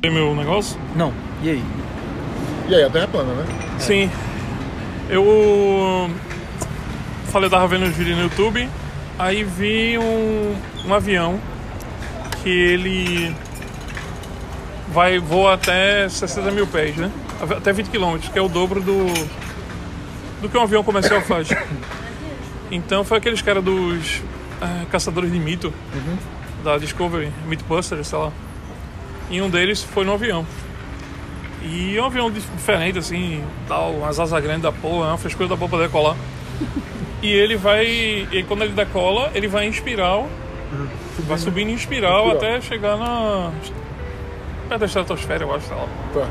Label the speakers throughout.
Speaker 1: Tem meu negócio?
Speaker 2: Não. E aí?
Speaker 3: E aí, a terra é plana, né?
Speaker 1: Sim. Eu hum, falei, eu tava vendo o vídeo no YouTube, aí vi um, um avião que ele vai voa até 60 mil pés, né? Até 20 quilômetros, que é o dobro do do que um avião comercial faz. Então foi aqueles caras dos ah, caçadores de mito da Discovery, Mythbusters, sei lá. E um deles foi no avião. E é um avião dif- diferente, assim, tal, umas asas grandes da porra, é uma frescura da porra pra decolar. E ele vai. E quando ele decola, ele vai em espiral. Vai subindo em espiral,
Speaker 3: Espiral.
Speaker 1: até chegar na. perto da estratosfera, eu acho, sei lá.
Speaker 3: Tá.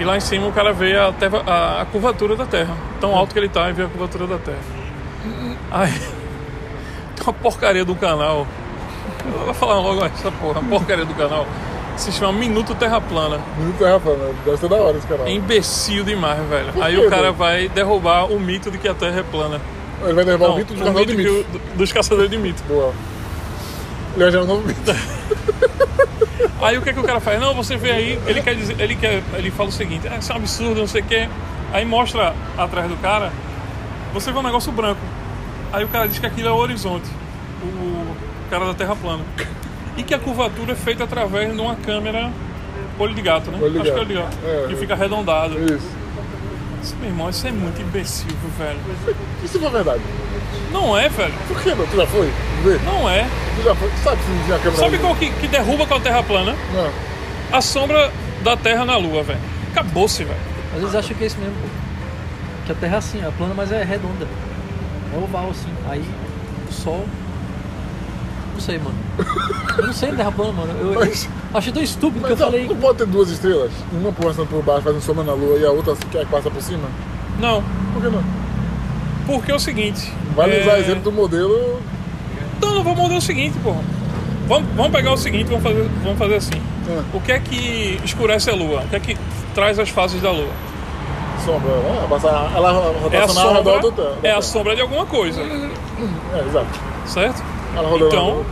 Speaker 1: E lá em cima o cara vê a, terra- a- a curvatura da Terra. Tão alto que ele tá e vê a curvatura da Terra. Aí. Tem uma porcaria do canal. Eu vou falar logo essa porra. Uma porcaria do canal. Se chama Minuto Terra Plana.
Speaker 3: Minuto terra plana. né? Deve ser da hora esse canal.
Speaker 1: É imbecil demais, velho. Aí
Speaker 3: quê,
Speaker 1: o cara
Speaker 3: velho?
Speaker 1: vai derrubar o mito de que a Terra é plana.
Speaker 3: Ele vai derrubar
Speaker 1: Não,
Speaker 3: É o mito do canal de
Speaker 1: que
Speaker 3: mito.
Speaker 1: o- do- dos caçadores de mito.
Speaker 3: Boa. Ele vai gerar um novo mito.
Speaker 1: Aí o que, é que o cara faz? Não, você vê aí, ele quer dizer, ele quer, ele fala o seguinte, ah, isso é um absurdo, não sei o quê. Aí mostra atrás do cara, você vê um negócio branco. Aí o cara diz que aquilo é o horizonte, o cara da Terra plana. E que a curvatura é feita através de uma câmera olho de gato, né?
Speaker 3: Olho de
Speaker 1: Acho
Speaker 3: gato.
Speaker 1: que é olho de gato.
Speaker 3: É,
Speaker 1: que
Speaker 3: é.
Speaker 1: fica arredondado.
Speaker 3: Isso.
Speaker 1: Isso, meu irmão, isso é muito imbecil, viu, velho.
Speaker 3: Isso foi verdade.
Speaker 1: Não é, velho.
Speaker 3: Por que não? Tu já foi? Vê.
Speaker 1: Não é.
Speaker 3: Tu já foi? Tu sabe se não tinha câmera
Speaker 1: Sabe
Speaker 3: ali?
Speaker 1: qual que, que derruba com a Terra plana?
Speaker 3: Não.
Speaker 1: A sombra da Terra na Lua, velho. Acabou-se, velho.
Speaker 2: Às vezes acham que é isso mesmo, pô. Que a Terra é assim, a plana, mas é redonda. É oval, assim. Aí o Sol. Não sei, mano. Eu não sei Terra plana, mano. Eu, eu
Speaker 3: Mas-
Speaker 2: achei tão estúpido que eu
Speaker 3: Mas
Speaker 1: é
Speaker 3: ó,
Speaker 2: falei.
Speaker 3: não pode ter duas estrelas? Uma passando por baixo, fazendo sombra na lua, e a outra que é que passa por cima?
Speaker 1: Não,
Speaker 3: Por que não?
Speaker 1: porque é o seguinte.
Speaker 3: Vale
Speaker 1: é... Então,
Speaker 3: usar exemplo do modelo.
Speaker 1: Não, não, vamos mudar o seguinte, porra. Vamos, vamos pegar o seguinte, vamos fazer, vamos fazer assim.
Speaker 3: Ah.
Speaker 1: O que é que escurece a lua? O que é que traz as fases da lua?
Speaker 3: Sombra, né? Passar, ela
Speaker 1: É a
Speaker 3: rotacionar ao redor do
Speaker 1: sombra,
Speaker 3: da
Speaker 1: é a
Speaker 3: Terra.
Speaker 1: sombra de alguma coisa,
Speaker 3: É, exato.
Speaker 1: certo?
Speaker 3: Ela rodando.
Speaker 1: Então,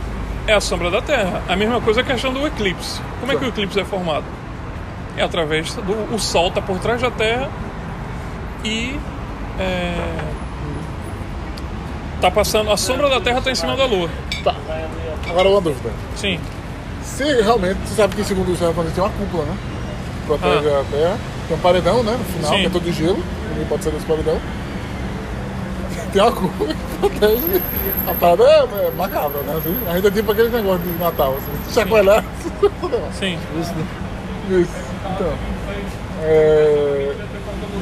Speaker 1: é a sombra da Terra. A mesma coisa é a questão do eclipse. Como é que o eclipse é formado? É através do. O Sol está por trás da Terra e. É, tá passando. A sombra da Terra está em cima da Lua.
Speaker 3: Tá. Agora uma dúvida.
Speaker 1: Sim.
Speaker 3: Se realmente, você sabe que segundo os terraplanistas tem uma cúpula, né? Que Protege a Terra. Tem um paredão, né? No final,
Speaker 1: Sim.
Speaker 3: que é todo de gelo. Ninguém pode sair desse paredão. Tem uma cúpula que protege. A parada é, é macabra, né? Assim, ainda tipo aquele negócio de Natal, assim. Chacoalhar.
Speaker 1: Sim.
Speaker 3: Isso. Então. é,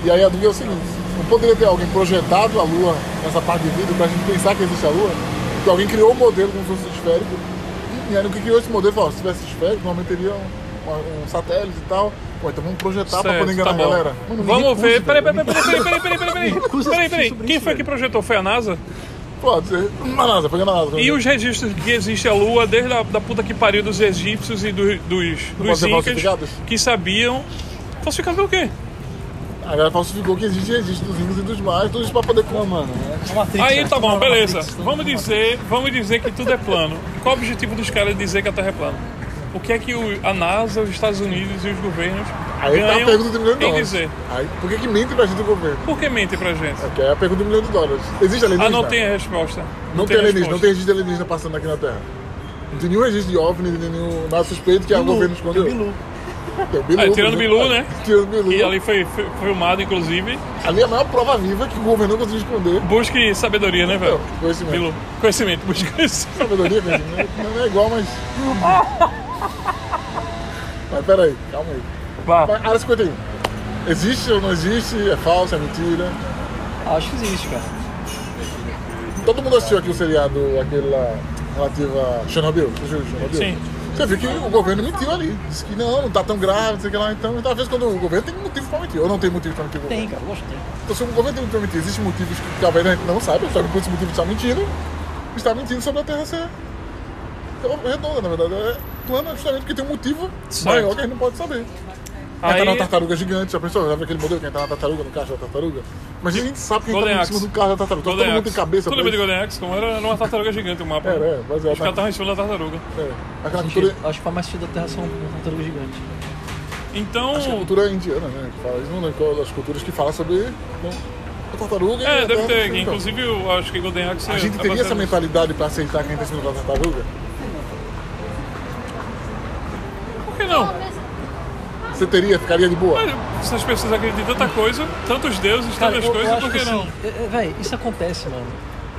Speaker 3: E aí a dúvida é o seguinte. Não poderia ter alguém projetado a Lua nessa parte de vidro pra gente pensar que existe a Lua? Porque alguém criou o modelo como se fosse esférico. E aí no que criou esse modelo falou, se tivesse esférico, normalmente teria um, uma- um satélite e tal. Pô, então vamos projetar pra
Speaker 1: Certo,
Speaker 3: poder enganar
Speaker 1: tá
Speaker 3: a
Speaker 1: bom.
Speaker 3: galera. Mano, ninguém
Speaker 1: Vamos
Speaker 3: curte,
Speaker 1: ver. Peraí, peraí,
Speaker 3: velho.
Speaker 1: peraí, peraí, peraí, peraí, peraí, peraí.
Speaker 2: curso
Speaker 1: Peraí,
Speaker 2: assistir
Speaker 1: peraí.
Speaker 2: sobre
Speaker 1: Quem
Speaker 2: isso,
Speaker 1: foi que
Speaker 2: velho.
Speaker 1: projetou? Foi a NASA?
Speaker 3: Pode ser. Na NASA, foi na NASA.
Speaker 1: E os registros de que existe a Lua desde a da puta que pariu dos egípcios e do- dos,
Speaker 3: pode
Speaker 1: dos
Speaker 3: ser
Speaker 1: incas
Speaker 3: falsificados?
Speaker 1: que sabiam. Falsificado pelo quê?
Speaker 3: A galera falsificou que existe existe dos incas e dos mais, todos pra poder... Não, mano.
Speaker 2: É uma Matrix,
Speaker 1: Aí
Speaker 2: né?
Speaker 1: tá bom,
Speaker 2: Uma
Speaker 1: beleza.
Speaker 2: Matrix, né?
Speaker 1: Vamos dizer, vamos dizer que tudo é plano. Qual o objetivo dos caras de dizer que a Terra é plana? O que é que o- a NASA, os Estados Unidos e os governos
Speaker 3: Aí tá a
Speaker 1: ganham
Speaker 3: pergunta do milhão de
Speaker 1: em
Speaker 3: dólares.
Speaker 1: dizer?
Speaker 3: Aí, por que que mente pra gente o governo?
Speaker 1: Por que mentem pra gente?
Speaker 3: Que é a pergunta do milhão de dólares. Existe alienígena?
Speaker 1: Ah, não tem a resposta.
Speaker 3: Não tem alienígena,
Speaker 1: resposta.
Speaker 3: não tem registro de alienígena passando aqui na Terra. Não tem nenhum registro de OVNI, de nenhum nada suspeito que o
Speaker 2: Bilu,
Speaker 3: governo
Speaker 2: tem
Speaker 3: escondeu.
Speaker 2: o Bilu.
Speaker 3: Tem o Bilu,
Speaker 1: É, tirando o Bilu, né?
Speaker 3: Tirando o Bilu.
Speaker 1: E ali
Speaker 3: ali...
Speaker 1: foi foi filmado, inclusive.
Speaker 3: é a maior prova viva que o governo não conseguiu esconder.
Speaker 1: Busque sabedoria, né, velho?
Speaker 3: Não, conhecimento. é
Speaker 1: Bilu. Conhecimento, busque conhecimento.
Speaker 3: Sabedoria, cara, não não é igual, mas... mas peraí, calma aí.
Speaker 1: Vá.
Speaker 3: Mas, Área 51. Existe ou não existe? É falso, é mentira?
Speaker 2: Ah, Acho que existe, cara.
Speaker 3: Todo mundo assistiu aqui o seriado, aquele lá, relativo a Chernobyl? Você assistiu Chernobyl?
Speaker 1: Sim.
Speaker 3: Você viu que o governo mentiu ali. Disse que não, não tá tão grave, não sei o que lá. Então, às vezes, quando o governo tem motivo pra mentir, ou não tem motivo pra mentir. o
Speaker 2: Tem,
Speaker 3: governo.
Speaker 2: cara. Lógico que tem.
Speaker 3: Então, se o governo tem motivo pra mentir, existem motivos que talvez a gente não saiba, só que por esse motivo está mentindo, está mentindo sobre a Terra ser redonda, na verdade. É plana justamente porque tem um motivo
Speaker 1: Certo.
Speaker 3: maior que a gente não pode saber. Aí...
Speaker 1: Aí-
Speaker 3: Entrar na tartaruga gigante, já pensou? Já viu aquele modelo que entra na tartaruga, no caixa da tartaruga? Mas a gente sabe que
Speaker 1: Golden
Speaker 3: entra em
Speaker 1: Axe.
Speaker 3: cima do carro da tartaruga. Todo mundo tem cabeça.
Speaker 1: Tu
Speaker 3: pra
Speaker 1: lembra de
Speaker 3: isso.
Speaker 1: Golden Axe? Como era, era uma tartaruga gigante o mapa.
Speaker 3: Era,
Speaker 1: né?
Speaker 3: é, mas é,
Speaker 1: Os caras estavam em cima da tartaruga.
Speaker 3: é. Aquela
Speaker 2: Sentido.
Speaker 3: cultura,
Speaker 2: Acho que faz mais sentido a Terra ser um tartaruga gigante.
Speaker 1: Então.
Speaker 3: acho que é cultura indiana, né? Que fala, não lembro qual das culturas que fala sobre não, a tartaruga. e
Speaker 1: É,
Speaker 3: a
Speaker 1: deve
Speaker 3: terra,
Speaker 1: ter.
Speaker 3: assim, então.
Speaker 1: Inclusive, eu acho que Golden Axe.
Speaker 3: A gente
Speaker 1: é
Speaker 3: teria essa
Speaker 1: baseado-
Speaker 3: mentalidade pra aceitar quem tá em cima da tartaruga?
Speaker 1: Por que não?
Speaker 3: Você teria? Ficaria de boa?
Speaker 1: Se as pessoas acreditam em tanta coisa, tantos deuses,
Speaker 2: Cara,
Speaker 1: tantas
Speaker 2: eu- eu
Speaker 1: coisas,
Speaker 2: acho
Speaker 1: por que,
Speaker 2: que
Speaker 1: não?
Speaker 2: assim, é- é, véi, isso acontece, mano.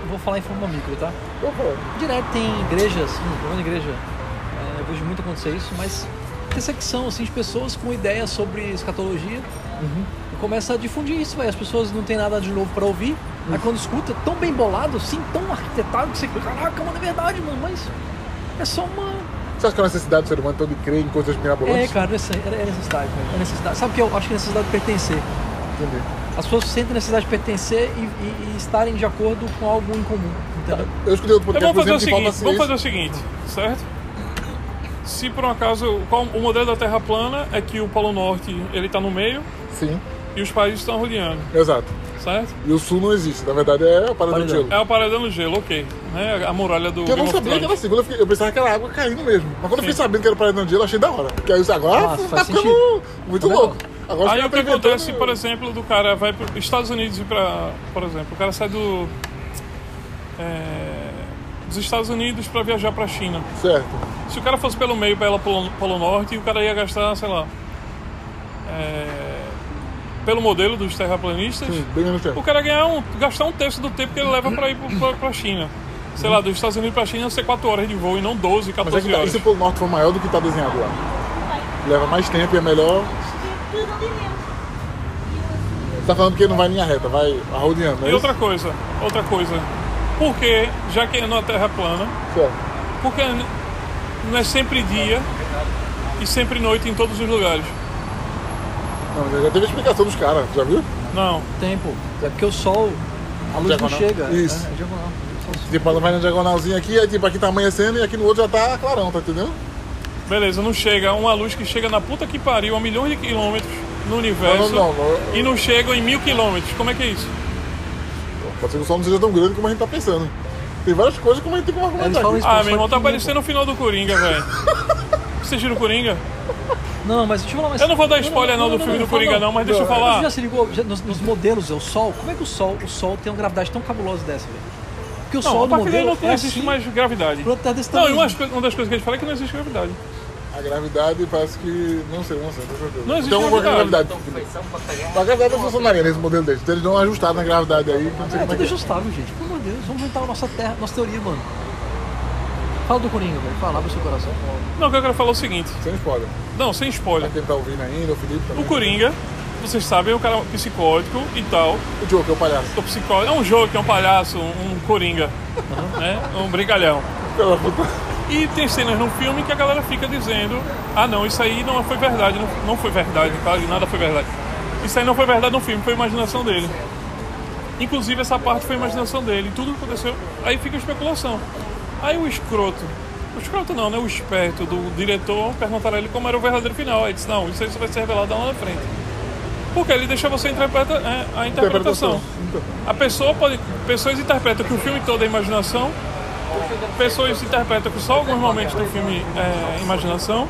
Speaker 2: Eu vou falar em forma micro, tá?
Speaker 3: Eu falo,
Speaker 2: Direto tem igrejas, assim, pelo menos igreja. é, eu vejo muito acontecer isso, mas tem secção, assim, de pessoas com ideias sobre escatologia e começa a difundir isso, velho. As pessoas não têm nada de novo pra ouvir. Aí quando escuta, tão bem bolado, assim, tão arquitetado, que você, caraca, mano, é verdade, mano, mas é só uma.
Speaker 3: Você acha que é uma necessidade do ser humano todo de crer em coisas
Speaker 2: É,
Speaker 3: mirabolantes?
Speaker 2: cara, nessa- é necessidade, velho. É necessidade. Sabe o que eu acho que é necessidade de pertencer?
Speaker 3: Entendi.
Speaker 2: As pessoas sentem necessidade de pertencer e, e- e estarem de acordo com algo em comum, entendeu?
Speaker 3: Eu escutei outro
Speaker 1: Então
Speaker 3: podcast,
Speaker 1: vamos
Speaker 3: por
Speaker 1: fazer o
Speaker 3: exemplo, que falta
Speaker 1: seguinte, vamos fazer
Speaker 3: ciência.
Speaker 1: o seguinte, certo? Se por um acaso, qual- o modelo da Terra plana é que o Polo Norte ele está no meio
Speaker 3: Sim,
Speaker 1: e os países estão rodeando,
Speaker 3: exato.
Speaker 1: certo?
Speaker 3: E o sul não existe, na verdade é a parada do
Speaker 2: Paredão.
Speaker 3: gelo.
Speaker 1: É o paredão no gelo, ok. Né? A muralha do
Speaker 3: Porque eu não
Speaker 1: Game of
Speaker 3: sabia que era
Speaker 1: Thrones.
Speaker 3: assim, quando eu, fiquei- eu pensava que era água caindo mesmo. Mas quando eu fiquei sabendo que era paredão de gelo, eu achei da hora. Porque aí eu disse, agora
Speaker 2: Ah,
Speaker 3: tá
Speaker 2: faz
Speaker 3: ficando
Speaker 2: sentido.
Speaker 3: muito
Speaker 2: Tá
Speaker 3: louco.
Speaker 2: legal.
Speaker 3: Agora
Speaker 1: Aí
Speaker 3: fica
Speaker 1: o que
Speaker 3: apresentando-
Speaker 1: acontece, por exemplo, do cara vai para Estados Unidos e para, por exemplo, o cara sai do é, dos Estados Unidos para viajar para a China.
Speaker 3: Certo.
Speaker 1: Se o cara fosse pelo meio pela Polo, Polo Norte, o cara ia gastar, sei lá, é, pelo modelo dos terraplanistas,
Speaker 3: Sim, bem menos tempo.
Speaker 1: o cara ia ganhar um, gastar um terço do tempo que ele leva para ir para a China. Sei lá, dos Estados Unidos para a China ia ser 4 horas de voo e não 12,
Speaker 3: Mas é
Speaker 1: 14
Speaker 3: que tá, e
Speaker 1: horas.
Speaker 3: se o Polo Norte for maior do que tá desenhado lá? Leva mais tempo e é melhor. Você tá falando que não vai linha reta, vai arrodeando, não é
Speaker 1: E
Speaker 3: isso?
Speaker 1: outra coisa, outra coisa. Por que, já que é numa terra plana,
Speaker 3: Certo.
Speaker 1: por que não é sempre dia e sempre noite em todos os lugares?
Speaker 3: Não, mas já teve a explicação dos caras, já viu?
Speaker 1: Não.
Speaker 2: Tempo. É porque o sol, a luz
Speaker 3: Diagonal.
Speaker 2: não chega.
Speaker 3: Isso.
Speaker 2: É, é diagonal. O sol-
Speaker 3: Tipo, ela vai na diagonalzinha aqui, aí tipo, aqui tá amanhecendo e aqui no outro já tá clarão, tá entendendo?
Speaker 1: Beleza, não chega uma luz que chega na puta que pariu a milhões de quilômetros no universo
Speaker 3: Não, não, não.
Speaker 1: e não chega em mil quilômetros. Como é que é isso?
Speaker 3: Pode ser que o sol não seja tão grande como a gente tá pensando. Tem várias coisas como a gente tem que
Speaker 2: Eles
Speaker 3: argumentar
Speaker 2: falam
Speaker 3: aqui.
Speaker 2: isso,
Speaker 1: Ah,
Speaker 2: só
Speaker 1: meu irmão,
Speaker 2: que
Speaker 1: tá
Speaker 2: não-
Speaker 1: aparecendo o final do Coringa, velho. Vocês viram o Coringa?
Speaker 2: Não, mas deixa eu falar mais.
Speaker 1: Eu não vou dar spoiler não do filme do Coringa não, mas deixa eu
Speaker 2: Você já
Speaker 1: falar.
Speaker 2: se ligou já nos, nos modelos, é o sol? Como é que o sol, o sol tem uma gravidade tão cabulosa dessa, velho? Porque o
Speaker 1: Não,
Speaker 2: sol
Speaker 1: a
Speaker 2: no
Speaker 1: partir daí
Speaker 2: modelo
Speaker 1: não
Speaker 2: é
Speaker 1: existe
Speaker 2: assim,
Speaker 1: mais gravidade.
Speaker 2: planta tá desse
Speaker 1: Não, e
Speaker 2: tamanho.
Speaker 1: uma, das co- uma das coisas que a gente fala é que não existe gravidade.
Speaker 3: A gravidade parece que. Não sei, não sei, com certeza.
Speaker 1: Não existe
Speaker 3: Tem alguma coisa com
Speaker 1: gravidade.
Speaker 3: gravidade. A gravidade não funcionaria nesse modelo deles. Então eles dão uma ajustada na gravidade aí, que não sei
Speaker 2: É
Speaker 3: como é
Speaker 2: tudo
Speaker 3: que é.
Speaker 2: ajustável, gente. Pelo amor de Deus, vamos inventar a nossa terra, nossa teoria, mano. Fala do Coringa, velho. Fala, abre o seu coração.
Speaker 1: Não, o que eu quero falar é o seguinte.
Speaker 3: Sem spoiler.
Speaker 1: Não, sem
Speaker 3: Pra
Speaker 1: spoiler.
Speaker 3: quem tá ouvindo ainda, o Felipe
Speaker 1: O
Speaker 3: também.
Speaker 1: Coringa, vocês sabem, é um cara psicótico e tal.
Speaker 3: O Diogo, que é o palhaço.
Speaker 1: O psicótico é um jogo que é um palhaço, um Coringa, né? Um brincalhão.
Speaker 3: Pela puta.
Speaker 1: E tem cenas no filme que a galera fica dizendo: ah, não, isso aí não foi verdade, não, não foi verdade, claro que nada foi verdade. Isso aí não foi verdade no filme, foi imaginação dele. Inclusive, essa parte foi imaginação dele, tudo aconteceu. Aí fica a especulação. Aí o escroto, o escroto não, né? O esperto do diretor perguntaram a ele como era o verdadeiro final. Aí ele disse: não, isso aí só vai ser revelado lá na frente. Porque ele deixa você interpretar é, a interpretação.
Speaker 3: Então,
Speaker 1: A pessoa pode. Pessoas interpretam que o filme todo é imaginação, pessoas interpretam que só alguns momentos do filme é imaginação,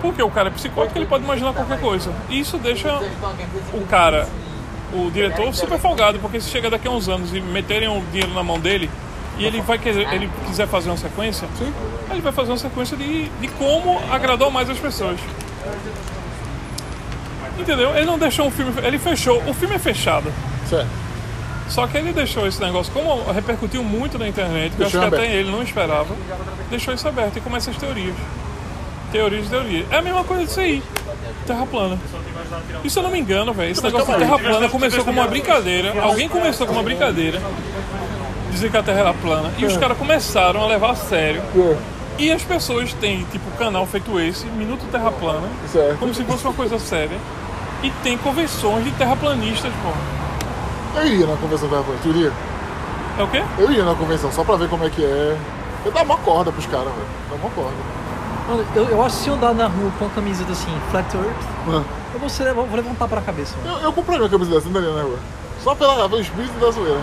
Speaker 1: porque o cara é psicótico, ele pode imaginar qualquer coisa. E isso deixa o cara, o diretor, super folgado, porque se chegar daqui a uns anos e meterem o dinheiro na mão dele e ele vai querer, ele quiser fazer uma sequência, ele vai fazer uma sequência de, de como agradou mais as pessoas. Entendeu? Ele não deixou o filme. Ele fechou. O filme é fechado.
Speaker 3: Certo.
Speaker 1: Só que ele deixou esse negócio, como repercutiu muito na internet, que eu acho
Speaker 3: Deixou
Speaker 1: que
Speaker 3: aberto.
Speaker 1: até ele não esperava, deixou isso aberto e começa as teorias. Teorias e teorias. É a mesma coisa disso aí. Terra plana. E se eu não me engano, velho, esse negócio da terra plana começou como uma brincadeira. Alguém começou com uma brincadeira. Dizer que a terra era plana. E os caras começaram a levar a sério.
Speaker 3: É.
Speaker 1: E as pessoas têm, tipo, canal feito esse, Minuto Terra Plana,
Speaker 3: Certo.
Speaker 1: como se fosse uma coisa séria. E tem convenções de terraplanistas, pô.
Speaker 3: Eu iria na convenção da Rafa, tu iria?
Speaker 1: É o quê?
Speaker 3: Eu ia na convenção só pra ver como é que é. Eu dava uma corda pros caras, velho. Dá uma corda.
Speaker 2: Mano, eu, eu acho que se eu andar na rua com a camiseta assim, Flat Earth,
Speaker 3: Ah.
Speaker 2: eu vou, ser, eu vou levantar pra cabeça, mano.
Speaker 3: Eu, eu compraria uma camisa dessa, andaria na rua. Só pela, pelo espírito da zoeira.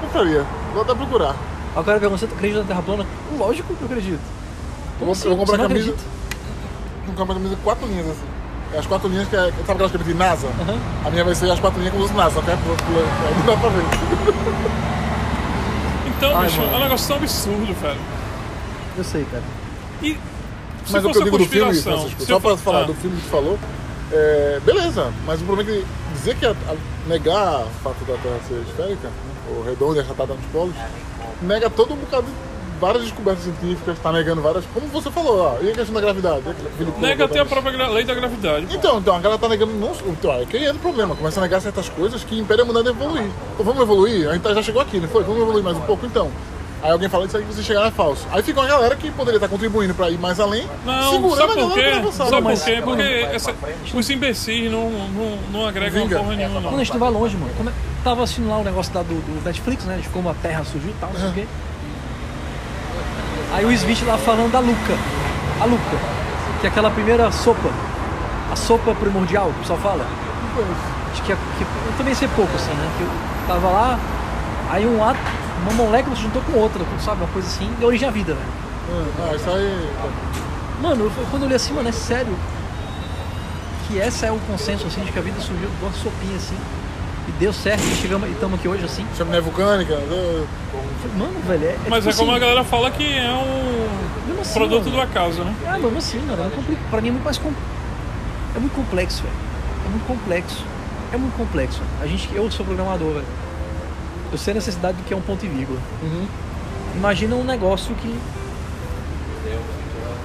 Speaker 3: compraria. Vou até procurar.
Speaker 2: Aí o cara pergunta, você acredita na Terra plana? Lógico que eu acredito.
Speaker 3: Eu vou, eu vou comprar
Speaker 2: você não
Speaker 3: camisa.
Speaker 2: acredita?
Speaker 3: Vou comprar uma camisa com quatro linhas assim. As quatro linhas que é. Sabe aquelas camisas de NASA?
Speaker 2: Aham.
Speaker 3: A minha vai ser as quatro linhas como se fosse NASA, tá? até pula, pula, aí não dá pra ver.
Speaker 1: Então,
Speaker 3: Ai,
Speaker 1: bicho,
Speaker 3: mano.
Speaker 1: é um negócio tão absurdo, velho.
Speaker 2: Eu sei, cara.
Speaker 1: E se
Speaker 3: Mas é o que
Speaker 1: fosse
Speaker 3: eu
Speaker 1: a
Speaker 3: digo do filme,
Speaker 1: conspiração.
Speaker 3: Francisco,
Speaker 1: se
Speaker 3: só
Speaker 1: eu
Speaker 3: pra
Speaker 1: fo-
Speaker 3: falar
Speaker 1: Ah,
Speaker 3: do filme que tu falou, é, beleza, mas o problema é que dizer que a, a- negar o fato da Terra ser esférica, né, ou redonda e achatada nos polos, nega todo um bocado de várias descobertas científicas, tá negando várias. Como você falou, ó, e a questão da gravidade? E aquele- aquele
Speaker 1: Nega
Speaker 3: povo
Speaker 1: até a
Speaker 3: da-
Speaker 1: própria gra- lei da gravidade. pô.
Speaker 3: Então, então, a galera tá negando. Não, então, aí que é o problema. Começa a negar certas coisas que impedem a humanidade a evoluir. Então, vamos evoluir? A gente já chegou aqui, não foi? Vamos evoluir mais um pouco então. Aí alguém fala isso aí que você chegar é falso. Aí fica uma galera que poderia estar contribuindo pra ir mais além,
Speaker 1: Não,
Speaker 3: segurando
Speaker 1: sabe
Speaker 3: a
Speaker 1: por
Speaker 3: galera
Speaker 1: quê?
Speaker 3: pra avançar.
Speaker 1: Sabe
Speaker 2: mas-
Speaker 1: por quê? Porque
Speaker 2: Vai
Speaker 1: essa- os imbecis não, não, não agregam
Speaker 3: Vinga.
Speaker 1: porra nenhuma,
Speaker 2: Mano, a
Speaker 1: não.
Speaker 2: gente não vai longe, mano. Como é- Tava assistindo lá o negócio da, do, do Netflix, né? De como a Terra surgiu e tal, não sei o quê. Aí o Smith lá falando da Luca. A Luca. Que é aquela primeira sopa. A sopa primordial, que o pessoal fala. Acho que, é- que- eu também sei pouco, assim, né? Que eu tava lá, aí um ato, uma molécula se juntou com outra, sabe? Uma coisa assim, deu origem à vida, velho.
Speaker 3: Ah, isso aí.
Speaker 2: Mano, eu- quando eu li assim, mano, é sério que essa é o consenso, assim, de que a vida surgiu de uma sopinha, assim, e deu certo, e chegamos e estamos aqui hoje, assim.
Speaker 3: Chama neve vulcânica.
Speaker 2: Mano, velho, é, é
Speaker 1: Mas
Speaker 2: tipo
Speaker 1: é como a
Speaker 2: assim,
Speaker 1: galera fala que é um
Speaker 2: mesmo assim,
Speaker 1: produto
Speaker 2: mano.
Speaker 1: do acaso, né?
Speaker 2: Ah, mano, assim, mano, é compli- pra mim é muito mais com... É muito complexo, velho. É muito complexo. É muito complexo. A gente, eu sou programador, velho. Eu sei a necessidade do que é um ponto e vírgula. Imagina um negócio que.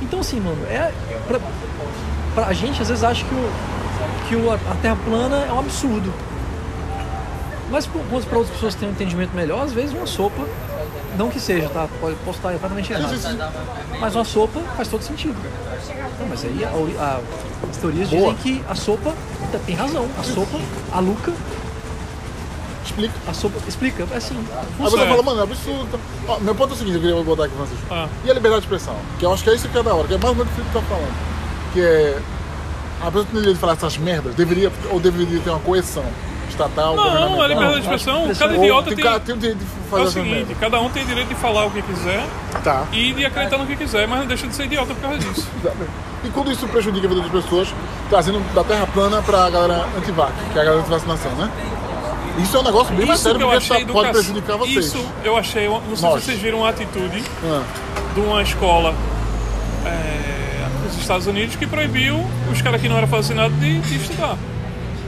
Speaker 2: Então assim, mano, é. Pra, pra gente às vezes acha que, o, que o, a Terra plana é um absurdo. Mas para outras pessoas que têm um entendimento melhor, às vezes uma sopa, não que seja, tá? Pode- Posso estar completamente errado. Mas uma sopa faz todo sentido. Não, mas aí a, a- as teorias
Speaker 3: Boa.
Speaker 2: dizem que a sopa tá- tem razão. A sopa, a Luca,
Speaker 3: Explica.
Speaker 2: a sopa. Explica, é assim.
Speaker 3: Aí você
Speaker 1: certo.
Speaker 3: fala, mano, é absurdo. Ó, meu ponto é o seguinte, eu queria botar aqui, Francisco.
Speaker 1: Ah.
Speaker 3: E a liberdade de expressão? Que eu acho que é isso que é da hora, que é mais ou menos o que tu tá falando. Que é. A pessoa tem direito de falar essas merdas, deveria, ou deveria ter uma coerção estatal,
Speaker 1: Não,
Speaker 3: governamental.
Speaker 1: a liberdade de
Speaker 2: Não,
Speaker 1: expressão,
Speaker 2: acho que
Speaker 1: cada
Speaker 2: expressão-
Speaker 1: idiota
Speaker 3: Ou
Speaker 1: tem.
Speaker 3: cara- tem o direito de
Speaker 1: É o
Speaker 3: fazer essas
Speaker 1: seguinte,
Speaker 3: merdas.
Speaker 1: cada um tem direito de falar o que quiser
Speaker 3: Tá.
Speaker 1: e de acreditar no que quiser, mas não deixa de ser idiota por causa disso.
Speaker 3: Exatamente. E quando isso prejudica a vida das pessoas, trazendo da terra plana para a galera antivac, que é a galera anti-vacinação, né? Isso é um negócio bem mais
Speaker 1: Isso
Speaker 3: sério,
Speaker 1: que eu
Speaker 3: porque
Speaker 1: achei
Speaker 3: tá-
Speaker 1: do
Speaker 3: pode
Speaker 1: cac-
Speaker 3: prejudicar vocês.
Speaker 1: Isso eu achei. uma- Não sei
Speaker 3: Nós.
Speaker 1: se vocês viram a atitude
Speaker 3: Ah,
Speaker 1: de uma escola é, nos Estados Unidos que proibiu os caras que não eram vacinados de, de estudar.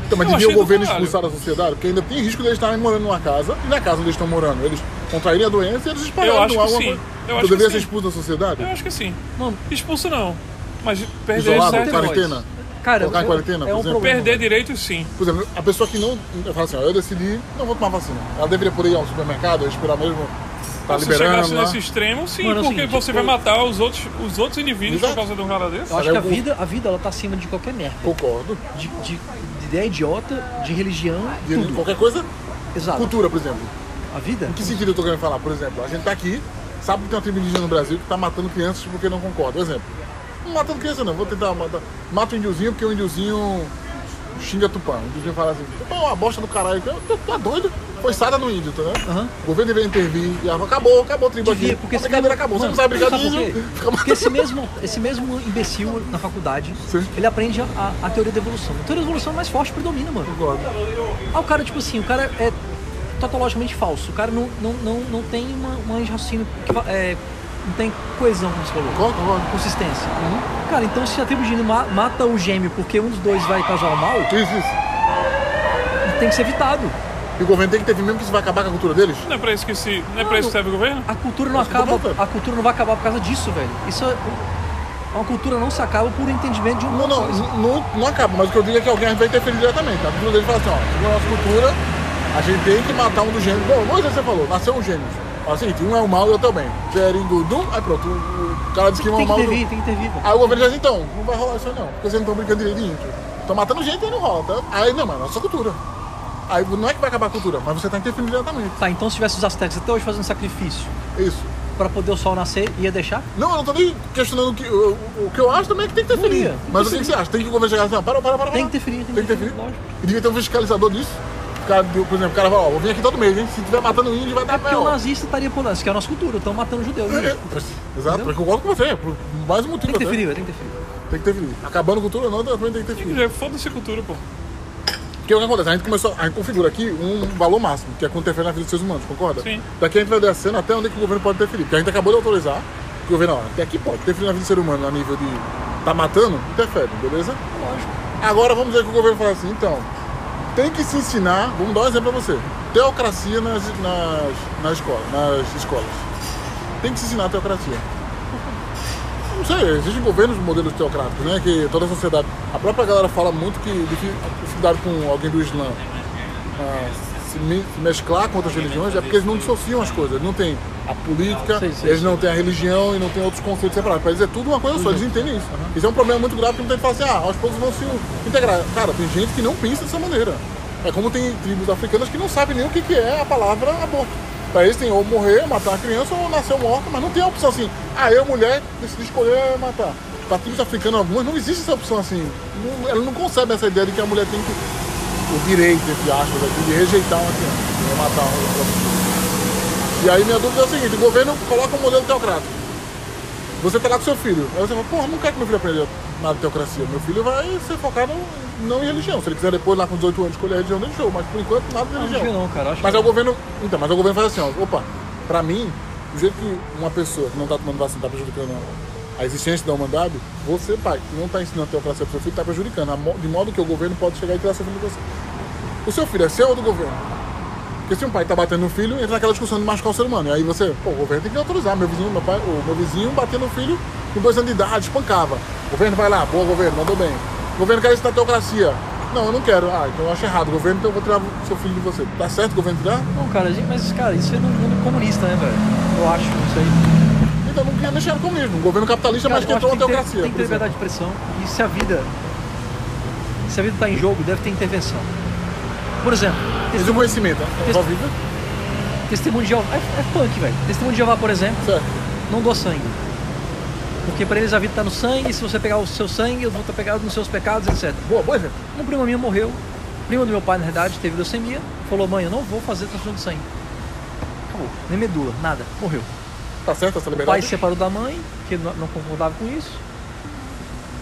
Speaker 3: Então,
Speaker 1: Eu
Speaker 3: mas devia o
Speaker 1: achei do
Speaker 3: governo
Speaker 1: caralho.
Speaker 3: expulsar da sociedade, porque ainda tem risco deles estarem morando numa casa, e na casa onde eles estão morando, eles contraírem a doença e eles espalharem
Speaker 1: Eu acho
Speaker 3: no ar
Speaker 1: que
Speaker 3: alguma
Speaker 1: sim.
Speaker 3: coisa.
Speaker 1: Eu acho
Speaker 3: então
Speaker 1: que sim.
Speaker 3: deveria
Speaker 1: É,
Speaker 3: ser expulso da sociedade?
Speaker 1: Eu acho que sim.
Speaker 2: Mano,
Speaker 1: Expulso não. Mas perder,
Speaker 3: Isolado,
Speaker 1: certo-
Speaker 2: cara.
Speaker 3: quarentena?
Speaker 2: Cara,
Speaker 3: Colocar em
Speaker 2: eu-
Speaker 3: quarentena,
Speaker 2: é
Speaker 3: por
Speaker 2: um
Speaker 3: exemplo?
Speaker 2: problema.
Speaker 1: perder direitos sim.
Speaker 3: Por exemplo, a pessoa que não. Eu falo assim, ó, eu decidi, não vou tomar vacina. Ela deveria poder ir ao supermercado, esperar mesmo, tá
Speaker 1: Então, Se
Speaker 3: liberando.
Speaker 1: chegasse
Speaker 3: Lá.
Speaker 1: nesse extremo, sim,
Speaker 2: Mano, é o
Speaker 1: porque
Speaker 2: seguinte,
Speaker 1: você vai matar os outros, os outros indivíduos
Speaker 3: Exato.
Speaker 1: por causa de um cara desse.
Speaker 2: Eu acho que a
Speaker 3: eu-
Speaker 2: vida, a vida ela tá acima de qualquer merda.
Speaker 3: Concordo.
Speaker 2: De, de- de ideia idiota, de religião,
Speaker 3: E
Speaker 2: tudo.
Speaker 3: qualquer coisa,
Speaker 2: Exato.
Speaker 3: cultura, por exemplo.
Speaker 2: A vida?
Speaker 3: Em que sentido eu tô querendo falar? Por exemplo, a gente tá aqui, sabe que tem uma tribo indígena no Brasil que tá matando crianças porque não concorda. Por exemplo, não matando criança não, vou tentar matar. Mata o indiozinho porque o indiozinho xinga Tupã. O indiozinho fala assim, Tupã é uma bosta do caralho. Eu, Tá, tá doido? Forçada no índio, tá né?
Speaker 2: Aham.
Speaker 3: O governo deveria intervir e ela, acabou, acabou a tribo
Speaker 2: Devia,
Speaker 3: aqui.
Speaker 2: porque
Speaker 3: a
Speaker 2: esse
Speaker 3: brincadeira
Speaker 2: mesmo-
Speaker 3: acabou, você
Speaker 2: Mano,
Speaker 3: não sabe brincar de
Speaker 2: sabe por
Speaker 3: índio.
Speaker 2: quê?
Speaker 3: Fica
Speaker 2: Porque esse mesmo, esse mesmo imbecil na faculdade,
Speaker 3: Sim.
Speaker 2: ele aprende a, a teoria da evolução. A teoria da evolução é mais forte predomina, mano.
Speaker 3: Concordo.
Speaker 2: Ah, o cara, tipo assim, o cara é totologicamente falso. O cara não, não, não, não tem uma, uma linha de raciocínio, que va- é, não tem coesão, como você falou.
Speaker 3: Concordo, concordo.
Speaker 2: Consistência. Cara, então se a tribo de ma mata o gêmeo porque um dos dois vai causar o mal,
Speaker 3: Isso, isso.
Speaker 2: tem que ser evitado.
Speaker 3: E o governo tem que intervir mesmo que isso vai acabar com a cultura deles?
Speaker 1: Não é pra isso que se. Não é pra isso que serve o governo?
Speaker 2: A cultura não
Speaker 3: Mas tá eu tô
Speaker 2: acaba,
Speaker 3: falando.
Speaker 2: a cultura não vai acabar por causa disso, velho. Isso é uma cultura não se acaba por entendimento de um
Speaker 3: Não, não, não, não acaba, mas o que eu digo é que alguém vai interferir diretamente. A cultura dele fala assim, ó, segundo a nossa cultura, a gente tem que matar um dos gêmeos. Bom, hoje você falou, nasceu um gêmeo. Fala assim, um é o mal e outro é o bem. Xeringodum, aí pronto, o o cara disse que um é
Speaker 2: Tem
Speaker 3: o
Speaker 2: que
Speaker 3: mal. e o
Speaker 2: intervir, tem que intervir. velho.
Speaker 3: Aí o governo diz, então, não vai rolar isso aí não, porque vocês não estão brincando direito de índio. Estão matando gente e não rola, tá? Aí, não, mas é nossa cultura. Aí não é que vai acabar a cultura, mas você está interferindo tá diretamente.
Speaker 2: Tá, então se tivesse os astecas até hoje fazendo sacrifício
Speaker 3: É isso.
Speaker 2: pra poder o sol nascer, ia deixar?
Speaker 3: Não, eu não tô nem questionando o que, o, o- o que eu acho também é que tem que ter
Speaker 2: Não
Speaker 3: ferido.
Speaker 2: ia, tem que
Speaker 3: Mas
Speaker 2: ter
Speaker 3: o que, que
Speaker 2: ferido.
Speaker 3: você acha? Tem que o governo chegar assim, ó, para, para, para.
Speaker 2: Tem
Speaker 3: para.
Speaker 2: que ter ferido,
Speaker 3: Tem que ter ferido.
Speaker 2: lógico.
Speaker 3: E devia ter um fiscalizador disso. O cara, deu- por exemplo, o cara fala, ó, vou vir aqui todo mês, hein? Se tiver matando índio, vai dar
Speaker 2: É Porque o
Speaker 3: B.O.
Speaker 2: nazista estaria por lá, isso que é a nossa cultura, estão matando judeus.
Speaker 3: É,
Speaker 2: Né?
Speaker 3: é, Exato, eu concordo com você, por mais um motivo
Speaker 2: Tem que ter
Speaker 3: até.
Speaker 2: ferido, tem que ter ferido.
Speaker 3: Tem que ter ferido. Acabando com tudo ou não, também tem que ter ferido.
Speaker 1: Já Foda-se a cultura, pô.
Speaker 3: Porque o que acontece? A gente começou, a gente configura aqui um valor máximo, que é quando interfere na vida dos seres humanos, concorda?
Speaker 1: Sim.
Speaker 3: Daqui a gente vai descendo até onde é que o governo pode interferir. Porque a gente acabou de autorizar, que o governo, ó, até aqui pode, interferir na vida do ser humano a nível de tá matando, interfere, beleza?
Speaker 2: Lógico.
Speaker 3: Agora vamos ver que o governo fala assim, então, tem que se ensinar, vamos dar um exemplo pra você, teocracia nas, nas, nas, escola, nas escolas. Tem que se ensinar a teocracia. Não sei, existem governos modelos teocráticos, né? Que toda a sociedade. A própria galera fala muito que difi- a dificuldade com alguém do Islã ah, se me- se mesclar com outras religiões é porque eles não dissociam as coisas. Não tem a política,
Speaker 2: Sim, sim,
Speaker 3: eles
Speaker 2: sim. Uhum.
Speaker 3: não têm a religião e não tem outros conceitos separados. Para eles é tudo uma coisa só, eles entendem isso. Isso é um problema muito grave que não tem que falar assim, ah, aos poucos vão se integrar. Cara, tem gente que não pensa dessa maneira. É como tem tribos africanas que não sabem nem o que, que é a palavra aborto. Pra eles tem ou morrer, matar a criança, ou nascer morta, mas não tem a opção assim, ah, eu mulher decidi escolher matar. Pra tribos africanas algumas não existe essa opção assim. Não, ela não concebe essa ideia de que a mulher tem que o direito, entre aspas, aqui, de rejeitar uma criança, de matar uma criança. E aí minha dúvida é o seguinte, o governo coloca um modelo teocrático. Você tá lá com seu filho. Aí você fala, porra, não quero que meu filho aprenda nada de teocracia. Meu filho vai ser focado não em religião. Se ele quiser depois, lá com 18 anos, escolher a religião, deixa eu. Mas por enquanto, nada de
Speaker 2: Não, acho
Speaker 3: religião.
Speaker 2: que não, cara. Acho
Speaker 3: Mas
Speaker 2: que
Speaker 3: é o governo. Então, mas é o governo faz assim, ó. Opa, pra mim, do jeito que uma pessoa que não tá tomando vacina tá prejudicando a existência da humanidade, você, pai, que não tá ensinando teocracia pro seu filho, tá prejudicando. a mo- De modo que o governo pode chegar e tirar seu filho de você. O seu filho é seu ou do governo? Porque se um pai tá batendo no filho, entra naquela discussão de machucar o ser humano. E aí você, pô, o governo tem que autorizar. Meu vizinho, meu pai, o meu vizinho bateu no filho com dois anos de idade, espancava. O governo vai lá, boa governo, mandou bem. O governo quer ensinar teocracia. Não, eu não quero. Ah, então eu acho errado. O governo, então eu vou tirar o seu filho de você. Tá certo o governo tirar?
Speaker 2: Não, cara, gente, mas cara, isso é no mundo comunista, né, velho? Eu acho, não sei.
Speaker 3: Então não quer deixar comunismo. O governo capitalista
Speaker 2: Cara,
Speaker 3: mais que
Speaker 2: eu acho
Speaker 3: entrou na
Speaker 2: que tem que ter-
Speaker 3: teocracia.
Speaker 2: Tem
Speaker 3: por
Speaker 2: que ter
Speaker 3: exemplo.
Speaker 2: liberdade de expressão. E se a vida. Se a vida tá em jogo, deve ter intervenção. Por exemplo,
Speaker 3: Isso é um conhecimento. né?
Speaker 2: Isso.
Speaker 3: Só vida.
Speaker 2: testemunho de Jeová. É, é punk, velho. Testemunho de Jeová, por exemplo.
Speaker 3: Certo.
Speaker 2: não dou sangue. Porque pra eles a vida tá no sangue, e se você pegar o seu sangue, eu vou estar pegado nos seus pecados, etc.
Speaker 3: Boa, boa, exemplo.
Speaker 2: Uma prima minha morreu, prima do meu pai, na verdade, teve leucemia, falou, mãe, eu não vou fazer transfusão de sangue. Acabou, nem medula, nada, morreu.
Speaker 3: Tá certo essa
Speaker 2: O pai
Speaker 3: liberdade?
Speaker 2: se separou da mãe, que não não concordava com isso.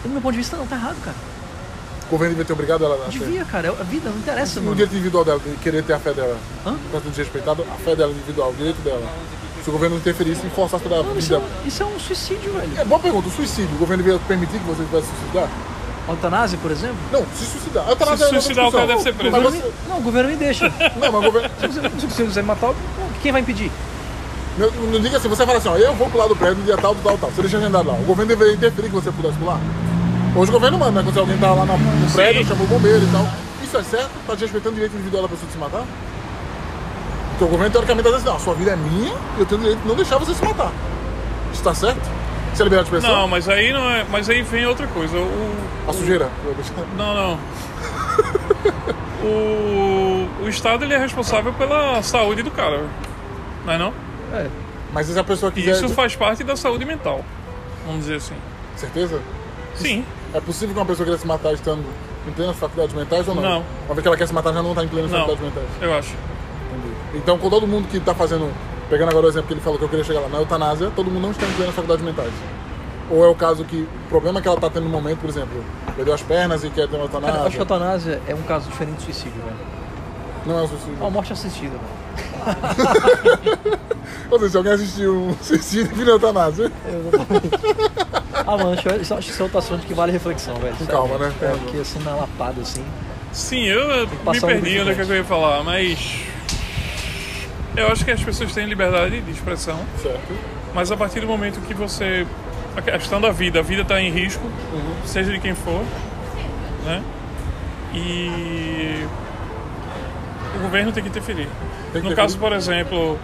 Speaker 2: E do meu ponto de vista, não, tá errado, cara.
Speaker 3: O governo devia ter obrigado ela a ter.
Speaker 2: Devia, cara, é a vida, não interessa,
Speaker 3: O
Speaker 2: mano.
Speaker 3: direito individual dela, de querer ter a fé dela.
Speaker 2: Hã?
Speaker 3: Tá sendo desrespeitado a fé dela individual, o direito dela. Se o governo interferisse e forçasse toda a
Speaker 2: Mano, isso é,
Speaker 3: vida.
Speaker 2: um, isso é um suicídio, velho.
Speaker 3: É boa pergunta, o suicídio. O governo devia permitir que você tivesse suicidar?
Speaker 2: A Eutanásia, por exemplo.
Speaker 3: Não, se suicidar. A eutanásia
Speaker 1: Se
Speaker 3: é outra
Speaker 1: suicidar, o cara deve ser
Speaker 2: O
Speaker 1: preso.
Speaker 3: Mas
Speaker 2: governo
Speaker 3: você-
Speaker 2: me- Não, o governo me deixa.
Speaker 3: Não, mas o governo.
Speaker 2: Se você, se você quiser me matar, quem vai impedir?
Speaker 3: Não, não diga assim, você fala assim, ó, eu vou pular do prédio no dia tal, do tal, tal. Você deixa agendado lá. O governo deveria interferir que você pudesse pular. Hoje o governo manda, né? Quando alguém tá lá na- no prédio, chamou o bombeiro e tal. Isso é certo? Tá desrespeitando o direito individual da pessoa de se matar? Porque o governo teoricamente tá dizendo assim, não, sua vida é minha e eu tenho o direito de não deixar você se matar. Isso tá certo? Isso é liberdade de
Speaker 1: Não,
Speaker 3: expressão?
Speaker 1: mas aí não é. Mas aí vem outra coisa. O,
Speaker 3: A sujeira.
Speaker 1: não, não. o, o Estado ele é responsável pela saúde do cara, velho. não é não?
Speaker 2: É,
Speaker 3: Mas se a pessoa
Speaker 1: E
Speaker 3: quiser...
Speaker 1: isso faz parte da saúde mental, vamos dizer assim.
Speaker 3: Certeza?
Speaker 1: Sim.
Speaker 3: É possível que uma pessoa queira se matar estando em plenas faculdades mentais ou não?
Speaker 1: Não.
Speaker 3: Uma vez que ela quer se matar, já não tá em plenas
Speaker 1: Não,
Speaker 3: faculdades mentais.
Speaker 1: eu acho.
Speaker 3: Então, com todo mundo que tá fazendo. Pegando agora o exemplo que ele falou que eu queria chegar lá, na eutanásia, todo mundo não está incluindo as faculdades mentais. Ou é o caso que o problema que ela tá tendo no momento, por exemplo, perdeu as pernas e quer ter uma
Speaker 2: Cara, eu
Speaker 3: eutanásia.
Speaker 2: acho que a eutanásia é um caso diferente de suicídio, velho.
Speaker 3: Não é um
Speaker 2: É
Speaker 3: suicídio.
Speaker 2: uma morte assistida, velho.
Speaker 3: Ou seja, se alguém assistiu um suicídio, vira eutanásia.
Speaker 2: Ah, mano, acho, acho que isso é outro assunto que vale reflexão, velho. Com
Speaker 3: calma, né?
Speaker 2: É, porque assim, na lapada, assim.
Speaker 1: Sim, eu eh, me
Speaker 2: passar um
Speaker 1: perdi onde é que
Speaker 2: vigilante.
Speaker 1: eu ia falar, mas. Eu acho que as pessoas têm liberdade de expressão,
Speaker 3: Certo.
Speaker 1: mas a partir do momento que você. A questão da vida, a vida está em risco,
Speaker 3: Uhum.
Speaker 1: seja de quem for, né? E. O governo tem que interferir.
Speaker 3: Tem que
Speaker 1: no
Speaker 3: interferir.
Speaker 1: caso, por exemplo.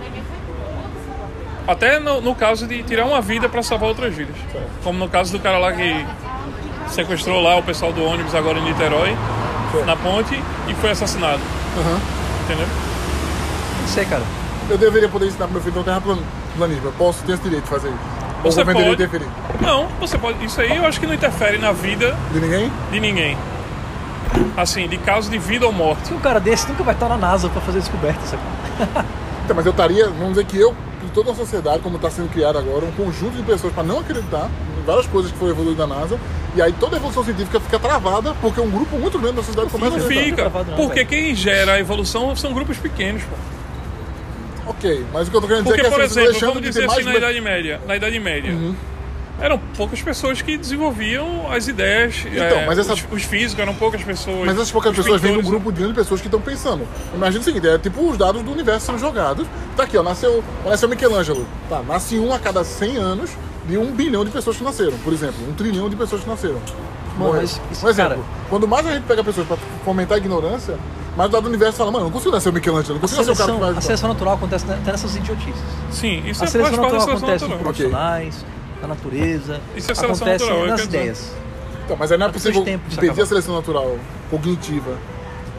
Speaker 1: Até no, no caso de tirar uma vida para salvar outras vidas. Como no caso do cara lá que sequestrou lá o pessoal do ônibus agora em Niterói, na ponte, e foi assassinado.
Speaker 3: Aham.
Speaker 1: Entendeu?
Speaker 2: Não sei, cara.
Speaker 3: Eu deveria poder ensinar pro meu filho não terraplano. na Nive. Eu posso ter esse direito de fazer isso. Ou
Speaker 1: Você
Speaker 3: o governo
Speaker 1: pode.
Speaker 3: deveria interferir.
Speaker 1: Não, você pode. Isso aí eu acho que não interfere na vida
Speaker 3: De ninguém?
Speaker 1: de ninguém. Assim, de caso de vida ou morte.
Speaker 2: Se um cara desse nunca vai estar na NASA pra fazer descoberta, sabe?
Speaker 3: Então, mas eu estaria, vamos dizer que eu, de toda a sociedade, como está sendo criada agora, um conjunto de pessoas para não acreditar em várias coisas que foram evoluídas da NASA, e aí toda a evolução científica fica travada porque um grupo muito grande da sociedade começa a
Speaker 1: Não
Speaker 2: fica.
Speaker 3: acreditar.
Speaker 1: fica.
Speaker 2: gravado, não,
Speaker 1: Porque
Speaker 2: velho.
Speaker 1: quem gera a evolução são grupos pequenos, pô.
Speaker 3: Ok, mas o que eu tô querendo dizer
Speaker 1: Porque,
Speaker 3: é que
Speaker 1: por
Speaker 3: assim, você tá
Speaker 1: exemplo,
Speaker 3: deixando
Speaker 1: vamos
Speaker 3: de
Speaker 1: dizer
Speaker 3: ter
Speaker 1: assim,
Speaker 3: mais... Uhum.
Speaker 1: na Idade Média, na Idade Média eram poucas pessoas que desenvolviam as ideias.
Speaker 3: Então,
Speaker 1: é,
Speaker 3: mas essas-
Speaker 1: os, os físicos eram poucas pessoas.
Speaker 3: Mas essas poucas
Speaker 1: os
Speaker 3: pessoas vêm de um
Speaker 1: pintores-
Speaker 3: grupo grande de pessoas que estão pensando. Imagina o seguinte, é tipo os dados do universo são jogados. Tá aqui, ó, nasceu, nasceu Michelangelo. Tá, nasce um a cada 100 anos de um bilhão de pessoas que nasceram, por exemplo. Um trilhão de pessoas que nasceram. Morreram.
Speaker 2: mas isso,
Speaker 3: um exemplo,
Speaker 2: cara-
Speaker 3: quando mais a gente pega pessoas pra fomentar a ignorância, mais o dado do universo fala, mano, não consigo nascer o Michelangelo, não
Speaker 2: A
Speaker 3: consigo nascer o cara que
Speaker 2: seleção,
Speaker 3: faz...
Speaker 2: a seleção natural acontece até nessas idiotices.
Speaker 1: Sim, isso é
Speaker 2: A
Speaker 1: faz
Speaker 2: seleção
Speaker 1: parte da
Speaker 2: natural
Speaker 1: seleção
Speaker 2: acontece
Speaker 1: natural.
Speaker 2: nos profissionais, na natureza.
Speaker 1: Isso é seleção
Speaker 2: acontece
Speaker 1: natural, é
Speaker 2: nas
Speaker 1: que eu tô-
Speaker 2: ideias.
Speaker 3: Então, mas aí não é
Speaker 2: Mas
Speaker 3: possível
Speaker 2: faz tempo que isso
Speaker 3: impedir a
Speaker 2: acabou.
Speaker 3: seleção natural cognitiva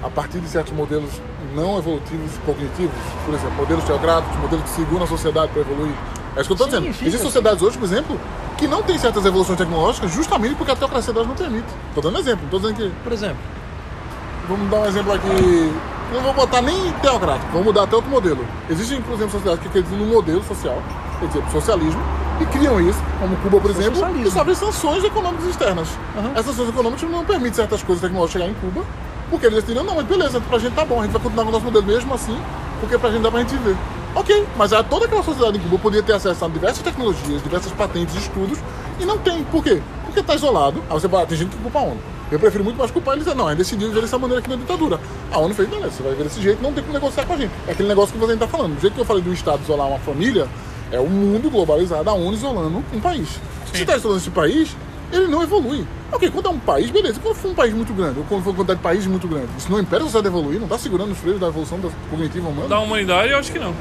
Speaker 3: a partir de certos modelos não evolutivos cognitivos, por exemplo, modelos teocráticos, modelos que seguram a sociedade para evoluir. É isso que eu estou
Speaker 2: Sim,
Speaker 3: dizendo.
Speaker 2: fica, assim.
Speaker 3: Existem sociedades hoje, por exemplo, que não têm certas evoluções tecnológicas justamente porque a teocracia delas não permite. Estou dando exemplo, estou dizendo que.
Speaker 2: Por exemplo,
Speaker 3: Vamos dar um exemplo aqui. Não vou botar nem teocrático, vamos mudar até outro modelo. Existem, por exemplo, sociedades que acreditam num modelo social, quer dizer, socialismo, e criam isso, como Cuba, por exemplo,
Speaker 2: socialismo.
Speaker 3: e sofrem sanções econômicas externas.
Speaker 2: Aham.
Speaker 3: Essas sanções econômicas não permitem certas coisas tecnológicas chegar em Cuba, porque eles decidiram, não, mas beleza, pra gente tá bom, a gente vai continuar com o nosso modelo mesmo assim, porque pra gente dá pra gente viver. Ok, mas aí toda aquela sociedade em Cuba poderia ter acesso a diversas tecnologias, diversas patentes, estudos, e não tem. Por quê? Porque tá isolado. Aí você fala, ah, tem gente que culpa a ONU. Eu prefiro muito mais culpar eles. Não, é decidido viver dessa maneira aqui na ditadura. A ONU fez, beleza, você vai ver desse jeito, não tem como negociar com a gente. É aquele negócio que você está falando. Do jeito que eu falei do Estado isolar uma família, é o mundo globalizado, a ONU isolando um país. Se está isolando esse país, ele não evolui. Ok, quando é um país, beleza. Quando for um país muito grande, ou quando for uma quantidade de países muito grande, isso não impede a sociedade a evoluir, não está segurando os freios da evolução da cognitiva humana?
Speaker 1: Da humanidade, eu acho que não.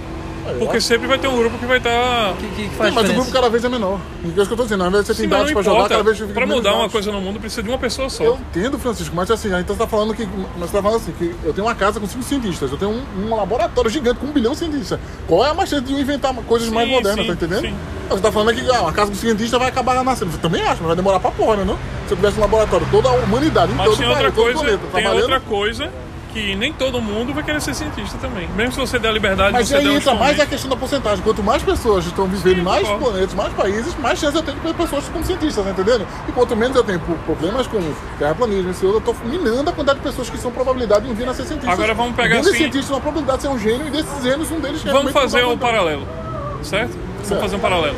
Speaker 3: Ah, eu
Speaker 1: um- Porque
Speaker 3: acho.
Speaker 1: sempre vai ter um grupo que vai estar.
Speaker 2: o que, que
Speaker 3: Sim,
Speaker 2: faz
Speaker 3: mas o
Speaker 2: diferença?
Speaker 3: grupo cada vez é menor. E é isso que eu estou dizendo. Ao invés de você ter
Speaker 1: Sim, mas
Speaker 3: dados
Speaker 1: não
Speaker 3: para jogar, cada
Speaker 1: importa.
Speaker 3: vez fica
Speaker 1: Pra
Speaker 3: menos
Speaker 1: mudar uma
Speaker 3: dados.
Speaker 1: coisa no mundo precisa de uma pessoa só.
Speaker 3: Eu entendo, Francisco, mas assim, a gente tá falando que. Mas tá falando assim, que eu tenho uma casa com cinco cientistas, eu tenho um, um laboratório gigante com um bilhão de cientistas. Qual é a mais chance de eu inventar coisas mais
Speaker 1: Sim,
Speaker 3: modernas,
Speaker 1: sim,
Speaker 3: tá entendendo?
Speaker 1: sim.
Speaker 3: Você tá falando que ah, uma casa com cientista vai acabar nascendo. Você também acha, mas vai demorar pra porra, né? Não? Se eu tivesse um laboratório, toda a humanidade, em
Speaker 1: Mas
Speaker 3: todo
Speaker 1: tem
Speaker 3: o
Speaker 1: outra,
Speaker 3: planeta, todo o
Speaker 1: coisa,
Speaker 3: planeta, tá
Speaker 1: tem
Speaker 3: trabalhando.
Speaker 1: outra coisa que nem todo mundo vai querer ser cientista também. Mesmo se você der a liberdade,
Speaker 3: Mas
Speaker 1: você der
Speaker 3: aí
Speaker 1: um
Speaker 3: entra mais
Speaker 1: instrumento.
Speaker 3: a questão da porcentagem. Quanto mais pessoas estão vivendo em
Speaker 1: Sim,
Speaker 3: mais
Speaker 1: concordo.
Speaker 3: planetas, mais países, mais chance eu tenho de ter pessoas como cientistas, tá entendendo? E quanto menos eu tenho por problemas com terraplanismo, esse outro, eu tô minando a quantidade de pessoas que são probabilidade de um vir a ser cientista.
Speaker 1: Agora vamos pegar
Speaker 3: Desses
Speaker 1: assim-
Speaker 3: cientistas, uma probabilidade de ser um gênio, e desses gênios, um deles
Speaker 1: Vamos fazer um
Speaker 3: o
Speaker 1: paralelo, certo?
Speaker 3: Certo.
Speaker 1: Vamos fazer um paralelo.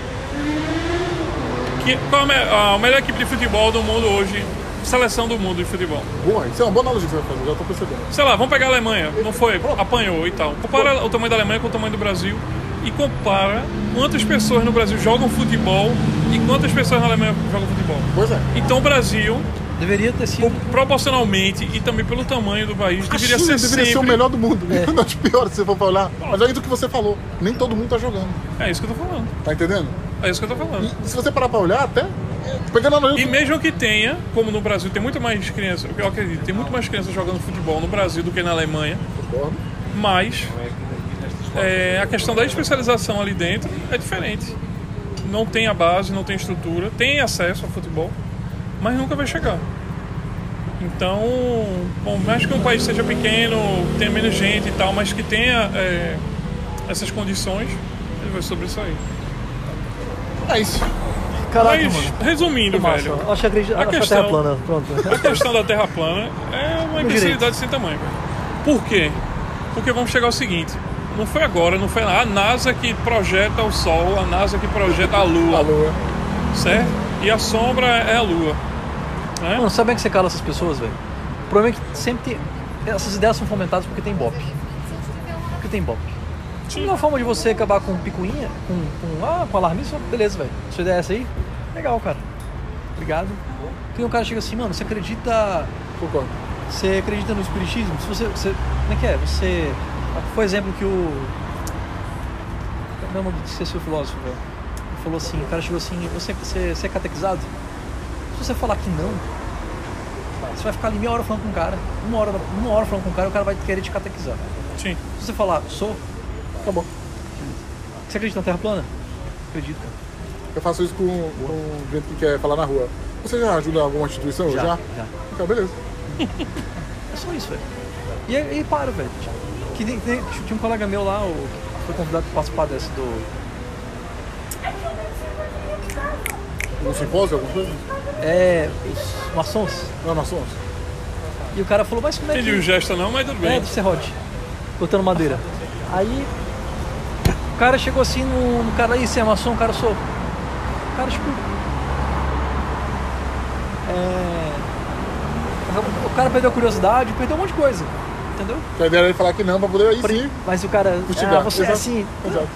Speaker 1: Que, qual a, me- a melhor equipe de futebol do mundo hoje? Seleção do mundo de futebol.
Speaker 3: Boa, isso é uma boa analogia que você vai fazer, já tô percebendo.
Speaker 1: Sei lá, vamos pegar a Alemanha. Não foi? Apanhou e tal. Compara o tamanho da Alemanha com o tamanho do Brasil e compara quantas pessoas no Brasil jogam futebol e quantas pessoas na Alemanha jogam futebol.
Speaker 3: Pois é.
Speaker 1: Então o Brasil,
Speaker 2: Deveria ter sido.
Speaker 1: proporcionalmente e também pelo tamanho do país,
Speaker 3: A
Speaker 1: deveria
Speaker 3: China
Speaker 1: ser
Speaker 3: deveria ser o
Speaker 1: sempre...
Speaker 3: melhor do mundo. É. Não é pior se você for pra olhar. Mas aí do que você falou, nem todo mundo tá jogando.
Speaker 1: É isso que eu tô falando.
Speaker 3: Tá entendendo?
Speaker 1: É isso que eu tô falando.
Speaker 3: E se você parar pra olhar, até. é, Pegando a analogia
Speaker 1: E mesmo que tenha, como no Brasil tem muito mais crianças, eu acredito, tem muito mais crianças jogando futebol no Brasil do que na Alemanha,
Speaker 3: Concordo.
Speaker 1: mas é, a questão da especialização ali dentro é diferente. Não tem a base, não tem estrutura, tem acesso ao futebol, mas nunca vai chegar. Então, por mais que um país seja pequeno, tenha menos gente e tal, mas que tenha é, essas condições, ele vai sobressair.
Speaker 3: É isso.
Speaker 2: Caraca,
Speaker 1: Mas,
Speaker 2: mano.
Speaker 1: resumindo,
Speaker 2: Massa.
Speaker 1: velho,
Speaker 2: Acho que a, igreja,
Speaker 1: A
Speaker 2: acho que a
Speaker 1: questão-
Speaker 2: terra é plana. Pronto.
Speaker 1: A questão da Terra plana é uma imbecilidade sem tamanho. velho. Por quê? Porque vamos chegar ao seguinte: não foi agora, não foi lá. A NASA que projeta o Sol, a NASA que projeta a Lua,
Speaker 3: Alô.
Speaker 1: certo? E a sombra é a Lua. né?
Speaker 2: Mano, sabe bem que você cala essas pessoas, velho? O problema é que sempre tem... Essas ideias são fomentadas porque tem bop. Porque tem bop. A melhor forma de você acabar com picuinha, com, com, ah, com alarmismo, beleza, velho. Sua ideia é essa aí? Legal, cara. Obrigado. Tem um cara que chega assim, mano, você acredita...
Speaker 3: Concordo.
Speaker 2: Você acredita no espiritismo? Se você, você- Como é que é? Você... Foi exemplo que o... Caramba, esqueci o filósofo, velho. Ele Falou assim, o cara chegou assim, você, você, você é catequizado? Se você falar que não, você vai ficar ali meia hora falando com o cara, uma hora, uma hora falando com o cara, o cara vai querer te
Speaker 1: Ah.
Speaker 2: catequizar.
Speaker 1: Sim.
Speaker 2: Se você falar, sou,
Speaker 3: Tá bom.
Speaker 2: você acredita na Terra plana? acredita.
Speaker 3: Eu faço isso com, com gente que quer falar na rua. Você já ajuda alguma instituição? Já?
Speaker 2: já.
Speaker 3: Então, beleza.
Speaker 2: É só isso, velho. E aí e para, velho. Que tem- tem- tinha um colega meu lá, o, que foi convidado para participar dessa do.
Speaker 3: Um simpósio, alguma coisa?
Speaker 2: É. Os maçons.
Speaker 3: Não, nós somos.
Speaker 2: E o cara falou, mas como é
Speaker 1: Entendi o
Speaker 2: que.
Speaker 1: gesto não, mas tudo
Speaker 2: É,
Speaker 1: bem.
Speaker 2: do serrote. Cortando madeira. Aí. O cara chegou assim no, no cara aí, você é maçom? O cara sou. O cara, tipo. É. O cara perdeu a curiosidade, perdeu um monte de coisa. Entendeu?
Speaker 3: Que a ideia era ele falar que não, pra poder aí sim
Speaker 2: Mas o cara.
Speaker 3: fustigar.
Speaker 2: Ah, você é
Speaker 3: Exato.
Speaker 2: assim.
Speaker 3: Exato.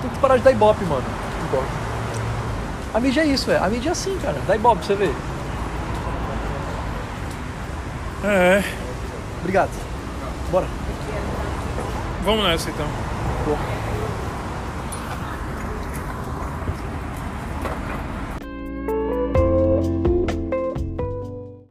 Speaker 2: Tem que parar de dar ibope, mano.
Speaker 3: Bom.
Speaker 2: A mídia é isso, velho. A mídia é assim, cara. Dá ibope pra você ver.
Speaker 1: É,
Speaker 2: Obrigado. Bora.
Speaker 1: vamos nessa então.
Speaker 3: Bom.